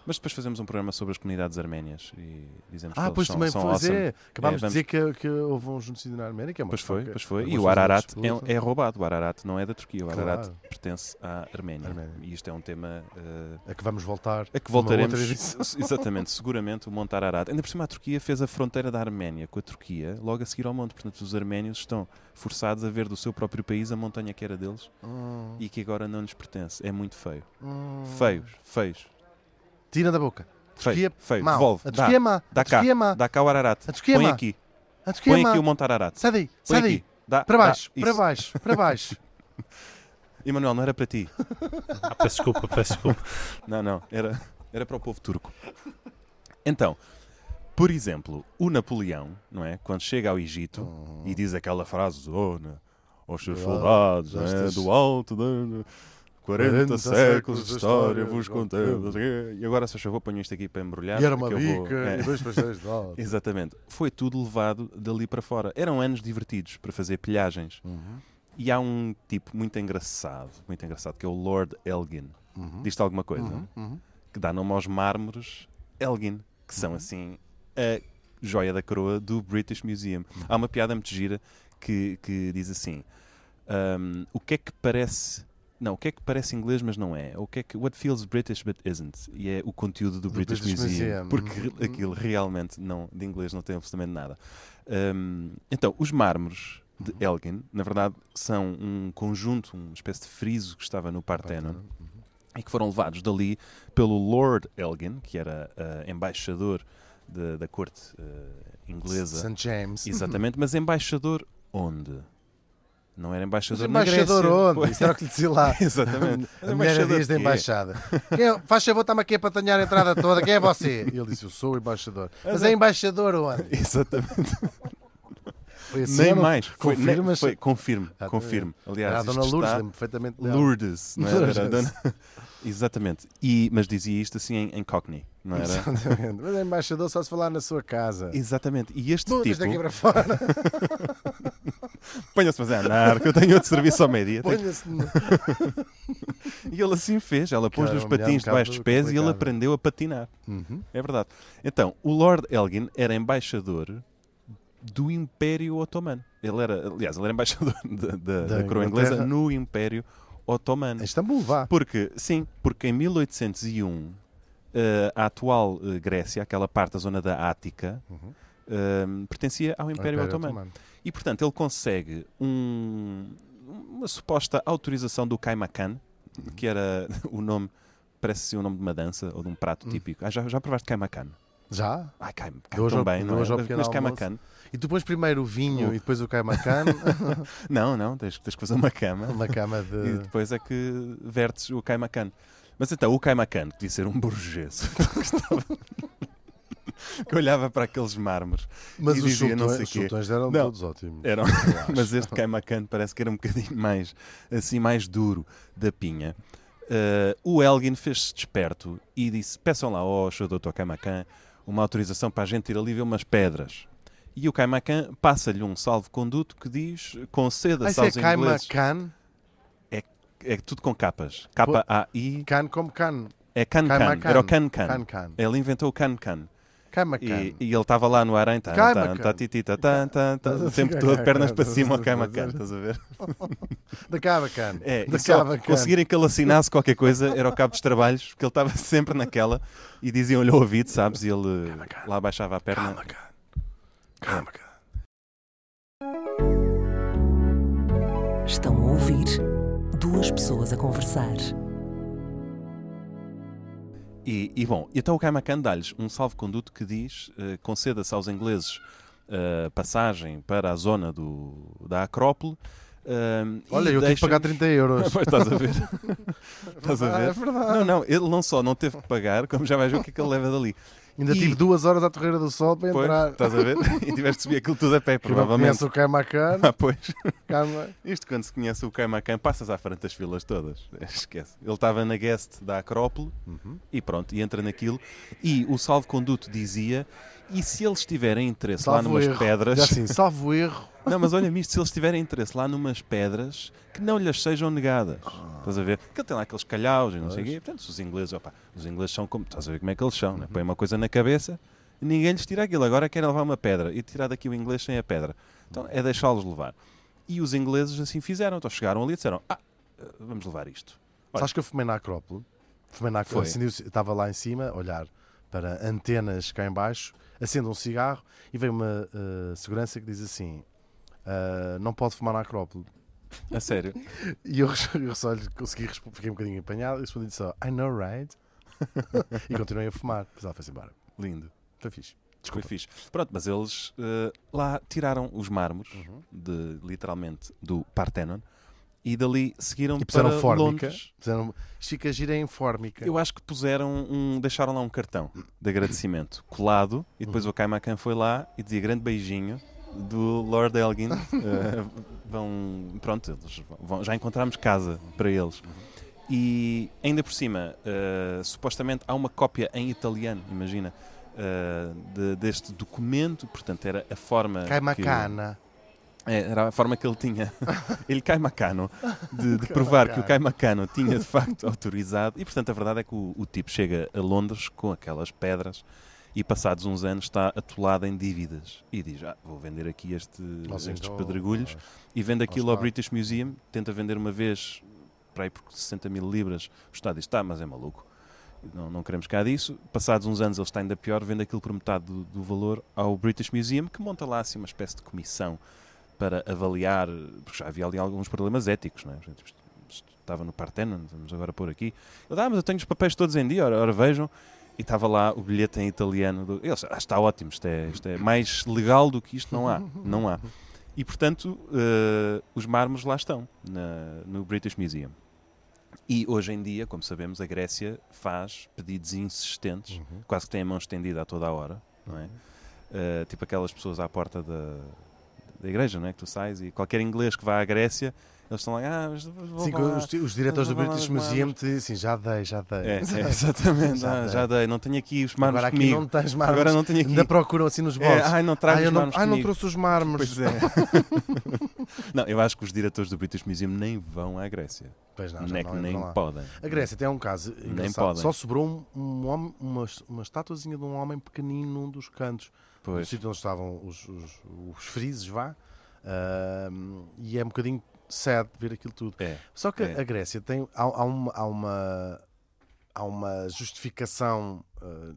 Speaker 2: Mas depois fazemos um programa sobre as comunidades arménias e dizemos que
Speaker 3: Ah,
Speaker 2: eles
Speaker 3: pois
Speaker 2: são,
Speaker 3: também,
Speaker 2: são
Speaker 3: pois
Speaker 2: awesome.
Speaker 3: é. Acabámos
Speaker 2: É, vamos-
Speaker 3: de dizer que, que houve um genocídio na Arménia. Que é uma
Speaker 2: Pois foi,
Speaker 3: que-
Speaker 2: pois foi.
Speaker 3: é
Speaker 2: E
Speaker 3: uma
Speaker 2: o
Speaker 3: coisa
Speaker 2: Ararat
Speaker 3: absoluta.
Speaker 2: é, é roubado. O Ararat não é da Turquia. O Ararat
Speaker 3: Claro.
Speaker 2: pertence à Arménia.
Speaker 3: Arménia.
Speaker 2: E isto é um tema eh,
Speaker 3: A é que vamos voltar.
Speaker 2: a que
Speaker 3: numa outra
Speaker 2: voltaremos.
Speaker 3: edição.
Speaker 2: Exatamente, seguramente o Monte Ararat. Ainda por cima, a Turquia fez a fronteira da Arménia com a Turquia logo a seguir ao monte. Portanto, os arménios estão forçados a ver do seu próprio país a montanha que era deles
Speaker 3: Hum,
Speaker 2: e que agora não lhes pertence. É muito feio.
Speaker 3: hum.
Speaker 2: Feios, feios.
Speaker 3: Tira da boca. Turquia,
Speaker 2: Feio, feio.
Speaker 3: Mau.
Speaker 2: Devolve.
Speaker 3: A
Speaker 2: Dá.
Speaker 3: Turquia é má.
Speaker 2: Dá
Speaker 3: a Turquia é má.
Speaker 2: cá, dá cá o Ararat.
Speaker 3: A Turquia é
Speaker 2: Põe
Speaker 3: má.
Speaker 2: aqui,
Speaker 3: A Turquia
Speaker 2: põe
Speaker 3: é má.
Speaker 2: aqui o Monte Ararat.
Speaker 3: Sai daí,
Speaker 2: Põe
Speaker 3: sai daí.
Speaker 2: aqui. Dá,
Speaker 3: Para
Speaker 2: dá.
Speaker 3: baixo, para
Speaker 2: Isso.
Speaker 3: baixo,
Speaker 2: *laughs*
Speaker 3: para baixo.
Speaker 2: Emanuel, não era para ti.
Speaker 4: Ah, peço desculpa, peço desculpa.
Speaker 2: *laughs* Não, não, era, era para o povo turco. Então, por exemplo, o Napoleão, não é? Quando chega ao Egito e diz aquela frase zona aos seus soldados,
Speaker 3: já
Speaker 2: não é?
Speaker 3: estás-
Speaker 2: do alto de 40, séculos
Speaker 3: 40
Speaker 2: de
Speaker 3: séculos de
Speaker 2: história,
Speaker 3: história,
Speaker 2: vos contei. não sei o quê. E agora, se achou, vou ponho isto aqui para embrulhar.
Speaker 3: E era uma
Speaker 2: porque eu vou-
Speaker 3: bica,
Speaker 2: é.
Speaker 3: e dois pastéis de nós.
Speaker 2: *laughs* Exatamente. Foi tudo levado dali para fora. Eram anos divertidos para fazer pilhagens. E há um tipo muito engraçado, muito engraçado, que é o Lord Elgin.
Speaker 3: Uhum.
Speaker 2: Diz-te alguma coisa? Que dá nome aos mármores Elgin, que são assim a joia da coroa do British Museum. Há uma piada muito gira que, que diz assim: um, o que é que parece. Não, o que é que parece inglês, mas não é? O que é que, what feels British but isn't? E é o conteúdo do, British,
Speaker 3: British
Speaker 2: Museum, Uhum.
Speaker 3: Museum.
Speaker 2: Porque re- aquilo realmente não, de inglês não tem absolutamente nada. Um, então, os mármores de Elgin, na verdade, são um conjunto, uma espécie de friso que estava no Parthenon e que foram levados dali pelo Lord Elgin, que era ah, embaixador de- da corte ah, inglesa.
Speaker 3: St. James.
Speaker 2: Exatamente, mas embaixador onde? Não era
Speaker 3: Mas
Speaker 2: embaixador na
Speaker 3: embaixador
Speaker 2: Grécia.
Speaker 3: onde?
Speaker 2: Pois.
Speaker 3: Isso era o que lhe dizia lá.
Speaker 2: Exatamente. É
Speaker 3: A mulher era dias da
Speaker 2: de quê?
Speaker 3: embaixada. Quem- é, Faz favor, está-me aqui a patanhar a entrada toda. Quem é você? E ele disse: Eu sou o embaixador. Mas é embaixador onde?
Speaker 2: *laughs* Exatamente.
Speaker 3: Foi assim,
Speaker 2: Nem
Speaker 3: ou não?
Speaker 2: mais. Foi, nem-
Speaker 3: Confirmas?
Speaker 2: foi, confirmo,
Speaker 3: Exatamente.
Speaker 2: confirmo. Aliás,
Speaker 3: Ah, é. Era a
Speaker 2: isto
Speaker 3: Dona Lourdes,
Speaker 2: está-
Speaker 3: lembro perfeitamente dela.
Speaker 2: Lourdes, não era? Era a
Speaker 3: Lourdes.
Speaker 2: dona- *laughs* Exatamente. E, mas dizia isto assim em, em Cockney, não era?
Speaker 3: Exatamente. Mas é embaixador só se falar na sua casa.
Speaker 2: Exatamente. E este
Speaker 3: Putas
Speaker 2: tipo.
Speaker 3: daqui para fora.
Speaker 2: *laughs*
Speaker 3: *laughs*
Speaker 2: Ponha-se mas é andar, que eu tenho outro serviço ao meio-dia. Tenho- *laughs*
Speaker 3: Ponha-se no-
Speaker 2: E ele assim fez. Ela pôs-lhe
Speaker 3: Cara,
Speaker 2: os
Speaker 3: um milhão
Speaker 2: patins
Speaker 3: de
Speaker 2: debaixo dos
Speaker 3: cabo
Speaker 2: pés e ele
Speaker 3: complicado.
Speaker 2: aprendeu Uhum. a patinar. É verdade. Então, o Lord Elgin era embaixador do Império Otomano. Ele era, aliás, ele era embaixador *laughs* da, da-
Speaker 3: Da
Speaker 2: da coroa inglesa
Speaker 3: Inglaterra.
Speaker 2: no Império Otomano.
Speaker 3: Em Istambul, vá.
Speaker 2: Porque, sim, porque em 1801, eh, a atual eh, Grécia, aquela parte da zona da Ática,
Speaker 3: Uhum.
Speaker 2: eh, pertencia ao Império, Otomano. E, portanto, ele consegue um- uma suposta autorização do Kaimakan, que era *laughs* o nome, parece ser o nome de uma dança ou de um prato típico. Ah, já, já provaste Kaimakan?
Speaker 3: Já?
Speaker 2: Ai, cai, cai
Speaker 3: Hum. De hoje
Speaker 2: tão
Speaker 3: ao-
Speaker 2: bem,
Speaker 3: de
Speaker 2: não é?
Speaker 3: hoje ao
Speaker 2: Mas
Speaker 3: pequeno almoço. *laughs*
Speaker 2: Kaimakan.
Speaker 3: E tu pões primeiro o vinho
Speaker 2: O-
Speaker 3: e depois o *laughs* caimacan,
Speaker 2: *laughs* Não, não, tens, tens que fazer uma cama.
Speaker 3: uma cama
Speaker 2: E
Speaker 3: de.
Speaker 2: depois é que vertes o Caimacan. Mas então, o Caimacan, que devia ser um burguês, *laughs* que, estava- que olhava para aqueles mármores,
Speaker 3: Mas é-
Speaker 2: e
Speaker 3: os
Speaker 2: dizia não
Speaker 3: sultões,
Speaker 2: sei
Speaker 3: os
Speaker 2: quê.
Speaker 3: sultões eram
Speaker 2: Não.
Speaker 3: todos ótimos.
Speaker 2: Era- um- mas este Caimacan parece que era um bocadinho mais, assim, mais duro da pinha. Ah, o Elgin fez-se desperto e disse, peçam lá ao seu doutor Caimacan uma autorização para a gente ir ali ver umas pedras. E o Caimacan passa-lhe um salvo-conduto que diz,
Speaker 3: Ah,
Speaker 2: conceda-se
Speaker 3: isso é
Speaker 2: aos ingleses.
Speaker 3: caimacan,
Speaker 2: É tudo com capas. K-A-I...
Speaker 3: can como can.
Speaker 2: É Can-Can.
Speaker 3: Caimacan.
Speaker 2: Era o Can-Can.
Speaker 3: Can-can.
Speaker 2: Ele inventou o Can-Can.
Speaker 3: Caimacan.
Speaker 2: É. E, e ele estava lá no arém, tan, tan,
Speaker 3: Caimacan.
Speaker 2: tatiti, tan, tan, tan, tan, o tempo todo, pernas para cima, o Caimacan. Estás a ver?
Speaker 3: Da Caimacan.
Speaker 2: É, e
Speaker 3: da
Speaker 2: só
Speaker 3: Caimacan.
Speaker 2: conseguirem que ele assinasse qualquer coisa era o cabo dos trabalhos, porque ele estava *laughs* sempre naquela e diziam-lhe ao ouvido, sabes? E ele lá baixava a perna.
Speaker 3: Caimacan. Caimacan.
Speaker 1: Estão a ouvir duas pessoas a conversar.
Speaker 2: E, e, bom, então o Caimacan dá-lhes um salvo-conduto que diz: eh, conceda-se aos ingleses eh, passagem para a zona do, da Acrópole. eh,
Speaker 3: Olha,
Speaker 2: e
Speaker 3: eu tive
Speaker 2: *laughs*
Speaker 3: que pagar
Speaker 2: deixa-nos-
Speaker 3: 30 euros.
Speaker 2: Pois, estás a
Speaker 3: *laughs*
Speaker 2: ver? estás a
Speaker 3: Ah, é
Speaker 2: ver?
Speaker 3: verdade.
Speaker 2: Não, não, ele não só não teve que pagar, como já vais ver o que é que ele leva dali.
Speaker 3: Ainda
Speaker 2: E-
Speaker 3: tive duas horas à Torreira do Sol para
Speaker 2: Pois,
Speaker 3: entrar.
Speaker 2: estás a ver? E tiveste de subir aquilo tudo a pé,
Speaker 3: Que não
Speaker 2: provavelmente.
Speaker 3: conheço
Speaker 2: *laughs*
Speaker 3: o Caimacan.
Speaker 2: Ah, pois.
Speaker 3: Caimacan.
Speaker 2: Isto quando se conhece o Caimacan, passas à frente das filas todas. *laughs* Esquece. Ele estava na guest da Acrópole
Speaker 3: Uhum.
Speaker 2: e pronto, e entra naquilo. E o salvo-conduto dizia: e se eles tiverem interesse lá
Speaker 3: Salvo
Speaker 2: numas
Speaker 3: erro.
Speaker 2: pedras. *laughs*
Speaker 3: E assim, salvo erro.
Speaker 2: Não, mas olha-me isto, se eles tiverem interesse lá numas pedras, que não lhes sejam negadas. Estás a ver? Porque ele tem lá aqueles calhaus e não sei o quê. Portanto, se os ingleses, opá, os ingleses são como, estás a ver como é que eles são, né? põe uma coisa na cabeça e ninguém lhes tira aquilo. Agora querem levar uma pedra e tirar daqui o inglês sem a pedra. Então é deixá-los levar. E os ingleses assim fizeram. Então chegaram ali e disseram, ah, eh, vamos levar isto. Olha.
Speaker 3: Sabes que eu fumei na Acrópole? Fumei na Acrópole.
Speaker 2: Foi.
Speaker 3: acendi o- Estava lá em cima, a olhar para antenas cá em baixo, acendo um cigarro e veio uma eh, segurança que diz assim: ah, não pode fumar na Acrópole.
Speaker 2: A sério.
Speaker 3: E eu, *laughs* res- eu só lhe consegui, resp- fiquei um bocadinho apanhado e respondi só: I know, right? *laughs* e continuei a fumar. Depois ela foi-se embora.
Speaker 2: Lindo.
Speaker 3: Foi fixe.
Speaker 2: Foi fixe. Pronto, mas eles eh, lá tiraram os mármores, de, literalmente, do Partenon, e dali seguiram
Speaker 3: E
Speaker 2: para
Speaker 3: puseram fórmica.
Speaker 2: Londres.
Speaker 3: Puseram, isto fica gira em fórmica.
Speaker 2: Eu acho que puseram um. deixaram lá um cartão de
Speaker 3: *coughs*
Speaker 2: agradecimento colado e depois
Speaker 3: Uhum.
Speaker 2: o Caimacan foi lá e dizia grande beijinho do Lord
Speaker 3: *laughs*
Speaker 2: Elgin. Eh, vão. Pronto, eles vão- já encontramos casa para eles. E ainda por cima, eh, supostamente há uma cópia em italiano, imagina, eh, de- deste documento, portanto era a forma. que-
Speaker 3: Caimacana.
Speaker 2: é, era a forma que ele tinha, ele caimacano, de, de provar que o caimacano tinha de facto autorizado. E portanto a verdade é que o, o tipo chega a Londres com aquelas pedras e passados uns anos está atolado em dívidas e diz, ah, vou vender aqui este,
Speaker 3: Nós
Speaker 2: estes
Speaker 3: então-
Speaker 2: pedregulhos e vende aquilo ao
Speaker 3: está.
Speaker 2: British Museum, tenta vender uma vez para aí por 60 mil libras, o Estado diz, está, mas é maluco. Não, não queremos cá disso. Passados uns anos ele está ainda pior, vende aquilo por metade do, do valor ao British Museum, que monta lá assim uma espécie de comissão para avaliar, porque já havia ali alguns problemas éticos, não é? Portanto, isto- isto Estava no Partenon, vamos agora pôr aqui. Ele, ah, mas eu tenho os papéis todos em dia, ora, ora vejam. E estava lá o bilhete em italiano. Do... Ele, ah, está ótimo, isto é, isto é mais legal do que isto, não há, não há. E, portanto, eh, os mármores lá estão, na- no British Museum. E hoje em dia, como sabemos, a Grécia faz pedidos insistentes,
Speaker 3: uhum.
Speaker 2: quase que tem a mão estendida a toda a hora, não é? Eh, tipo aquelas pessoas à porta da, da igreja, não é? Que tu sais e qualquer inglês que vá à Grécia, eles estão lá, ah, mas vou
Speaker 3: Sim, que
Speaker 2: lá."
Speaker 3: os, os diretores do
Speaker 2: Vamos lá,
Speaker 3: British
Speaker 2: vamos lá.
Speaker 3: Museum te dizem assim: já dei, já dei.
Speaker 2: *laughs* É, é,
Speaker 3: *laughs*
Speaker 2: exatamente,
Speaker 3: Já
Speaker 2: Ah, já,
Speaker 3: dei.
Speaker 2: dei, não tenho aqui os mármores
Speaker 3: Agora aqui
Speaker 2: comigo.
Speaker 3: não tens mármores.
Speaker 2: Agora não tenho aqui.
Speaker 3: Ainda procuram assim nos
Speaker 2: É,
Speaker 3: bolsos.
Speaker 2: ai, não trago
Speaker 3: Ai, eu
Speaker 2: os
Speaker 3: não,
Speaker 2: mármores
Speaker 3: ai, não
Speaker 2: comigo.
Speaker 3: trouxe os mármores.
Speaker 2: Pois é.
Speaker 3: *laughs*
Speaker 2: não, eu acho que os diretores do British Museum nem vão à Grécia.
Speaker 3: Pois não, já
Speaker 2: nem é
Speaker 3: não
Speaker 2: que nem
Speaker 3: entram lá.
Speaker 2: podem.
Speaker 3: A Grécia tem um caso engraçado.
Speaker 2: podem.
Speaker 3: Só sobrou um, um homem, uma, uma estatuazinha de um homem pequenino num dos cantos. no
Speaker 2: Pois.
Speaker 3: sítio onde estavam os, os, os frisos, vá. Ah, e é um bocadinho sad ver aquilo tudo.
Speaker 2: É.
Speaker 3: Só que
Speaker 2: É.
Speaker 3: a Grécia tem. Há, há uma, há, uma, há uma justificação eh,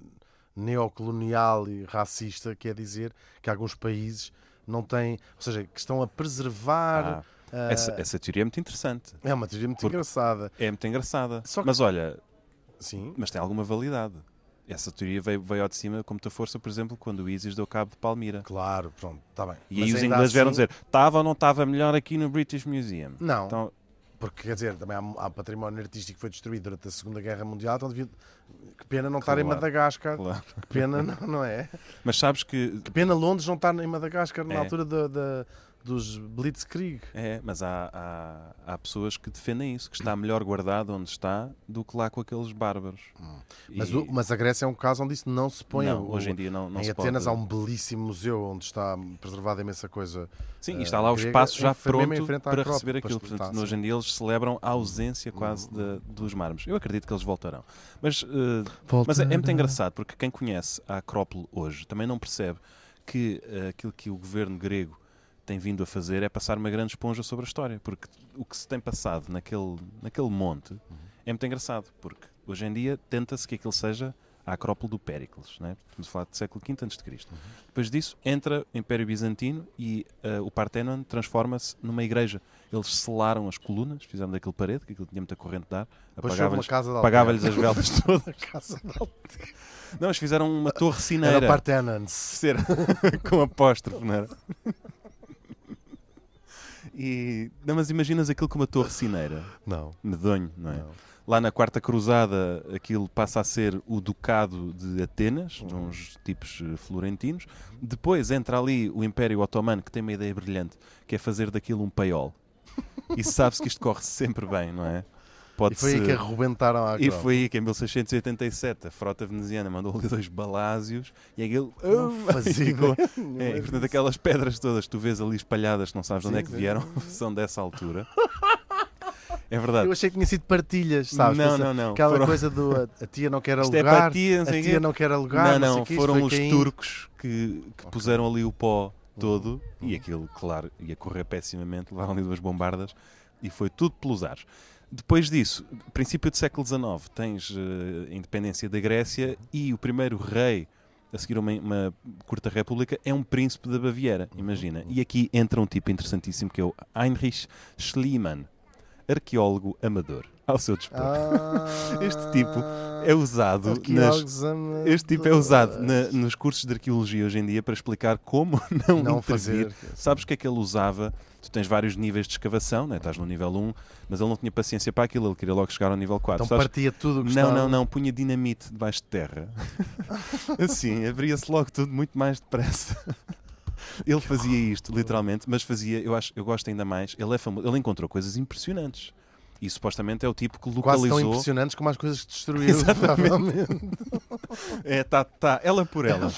Speaker 3: neocolonial e racista que é dizer que alguns países não têm. Ou seja, que estão a preservar.
Speaker 2: Ah, essa, essa teoria é muito interessante.
Speaker 3: É uma teoria muito
Speaker 2: Porque-
Speaker 3: engraçada.
Speaker 2: É muito engraçada.
Speaker 3: Só que-
Speaker 2: Mas olha,
Speaker 3: Sim.
Speaker 2: mas tem alguma validade. Essa teoria veio, veio ao de cima com muita força, por exemplo, quando o ISIS deu cabo de Palmira.
Speaker 3: Claro, pronto, está bem.
Speaker 2: E
Speaker 3: Mas
Speaker 2: aí os
Speaker 3: ainda
Speaker 2: ingleses vieram
Speaker 3: assim-
Speaker 2: dizer: estava ou não estava melhor aqui no British Museum?
Speaker 3: Não,
Speaker 2: Então,
Speaker 3: porque quer dizer, também há, há património artístico que foi destruído durante a Segunda Guerra Mundial, então devia... que pena não estar em
Speaker 2: Claro,
Speaker 3: Madagascar,
Speaker 2: claro.
Speaker 3: que pena não, não é?
Speaker 2: Mas sabes que.
Speaker 3: Que pena Londres não estar em Madagascar na
Speaker 2: É.
Speaker 3: altura da- da- dos Blitzkrieg.
Speaker 2: É, mas há, há, há pessoas que defendem isso, que está melhor guardado onde está do que lá com aqueles bárbaros.
Speaker 3: Hum. Mas,
Speaker 2: E-
Speaker 3: o- mas a Grécia é um caso onde isso não se põe.
Speaker 2: não,
Speaker 3: O-
Speaker 2: hoje em dia não, não
Speaker 3: em
Speaker 2: se
Speaker 3: Atenas
Speaker 2: pode.
Speaker 3: há um belíssimo museu onde está preservada imensa coisa.
Speaker 2: Sim,
Speaker 3: eh,
Speaker 2: e está lá o
Speaker 3: grega,
Speaker 2: espaço já
Speaker 3: em- mesmo em
Speaker 2: pronto
Speaker 3: frente à
Speaker 2: para
Speaker 3: Acrópole,
Speaker 2: receber
Speaker 3: para
Speaker 2: aquilo.
Speaker 3: espetar,
Speaker 2: Portanto,
Speaker 3: sim. Hum.
Speaker 2: hoje em dia eles celebram a ausência quase de- dos mármores. Eu acredito que eles voltarão. Mas, eh, mas é, é muito engraçado, porque quem conhece a Acrópole hoje também não percebe que eh, aquilo que o governo grego tem vindo a fazer é passar uma grande esponja sobre a história. Porque o que se tem passado naquele, naquele monte é muito engraçado, porque hoje em dia tenta-se que aquilo seja a Acrópole do Péricles, né? estamos a falar do século V antes de Cristo. Depois disso entra o Império Bizantino e eh, o Partenon transforma-se numa igreja. Eles selaram as colunas, fizeram daquele parede, que aquilo tinha muita corrente de ar,
Speaker 3: Depois foi uma
Speaker 2: apagava-lhes
Speaker 3: casa de
Speaker 2: apagava-lhes as
Speaker 3: *laughs*
Speaker 2: velas todas.
Speaker 3: a casa de Alter.
Speaker 2: Não, eles fizeram
Speaker 3: *laughs*
Speaker 2: uma torre
Speaker 3: Era
Speaker 2: sineira
Speaker 3: Partenans.
Speaker 2: ser *laughs* com apóstrofe, não era? E, não, mas imaginas aquilo com uma torre sineira,
Speaker 3: Não.
Speaker 2: medonho, não é?
Speaker 3: Não.
Speaker 2: Lá na Quarta Cruzada, aquilo passa a ser o Ducado de Atenas, de
Speaker 3: Uhum.
Speaker 2: uns tipos eh, florentinos. Depois entra ali o Império Otomano, que tem uma ideia brilhante, que é fazer daquilo um paiol.
Speaker 3: *laughs*
Speaker 2: E sabe-se que isto corre sempre bem, não é?
Speaker 3: E foi aí que arrebentaram a
Speaker 2: E
Speaker 3: Acrópole.
Speaker 2: foi aí que em 1687 a frota veneziana mandou ali dois balásios e aquilo
Speaker 3: Não
Speaker 2: *laughs*
Speaker 3: fazia
Speaker 2: ficou-
Speaker 3: ideia
Speaker 2: É, e,
Speaker 3: nenhuma
Speaker 2: portanto,
Speaker 3: disso.
Speaker 2: aquelas pedras todas que tu vês ali espalhadas, que não sabes de onde
Speaker 3: Sim,
Speaker 2: é que
Speaker 3: sim.
Speaker 2: vieram, *laughs* são dessa
Speaker 3: *laughs*
Speaker 2: altura. É verdade.
Speaker 3: Eu achei que tinha sido partilhas, sabes?
Speaker 2: Não,
Speaker 3: Pensa-
Speaker 2: não, não.
Speaker 3: Aquela
Speaker 2: Foram-
Speaker 3: coisa do a, a tia não quer
Speaker 2: Isto é
Speaker 3: alugar.
Speaker 2: para ti, não sei
Speaker 3: a
Speaker 2: quê.
Speaker 3: tia não quer alugar.
Speaker 2: não,
Speaker 3: sei
Speaker 2: não,
Speaker 3: o quê, isto
Speaker 2: foram
Speaker 3: foi
Speaker 2: os
Speaker 3: caindo. Uhum.
Speaker 2: turcos que, que puseram ali o pó todo e aquilo, claro, ia correr pessimamente, levaram ali duas bombardas e foi tudo pelos ares. Depois disso, princípio do século XIX, tens eh, a independência da Grécia e o primeiro rei a seguir uma, uma curta república é um príncipe da Baviera,
Speaker 3: Uhum.
Speaker 2: imagina. E aqui entra um tipo interessantíssimo que é o Heinrich Schliemann, arqueólogo amador, ao seu dispor.
Speaker 3: Ah,
Speaker 2: Este tipo É usado nas,
Speaker 3: arqueólogos am-
Speaker 2: este tipo é usado na- nos cursos de arqueologia hoje em dia para explicar como *laughs* não,
Speaker 3: Não
Speaker 2: intervir.
Speaker 3: fazer.
Speaker 2: Sabes o que é que ele usava? Tu tens vários níveis de escavação, né? estás no nível 1, mas ele não tinha paciência para aquilo, ele queria logo chegar ao nível 4.
Speaker 3: Então
Speaker 2: Sabes?
Speaker 3: partia tudo o que
Speaker 2: Não,
Speaker 3: estava-
Speaker 2: não, não, punha dinamite debaixo de terra. *laughs* assim, abria-se logo tudo muito mais depressa. *laughs* Ele fazia isto, literalmente, mas fazia, eu acho, eu gosto ainda mais. Ele é famoso, ele encontrou coisas impressionantes. E supostamente é o tipo que
Speaker 3: Quase tão
Speaker 2: localizou.
Speaker 3: impressionantes como as coisas que destruíram.
Speaker 2: *laughs*
Speaker 3: Exatamente.
Speaker 2: É, tá, tá, ela por
Speaker 3: *laughs*
Speaker 2: ela.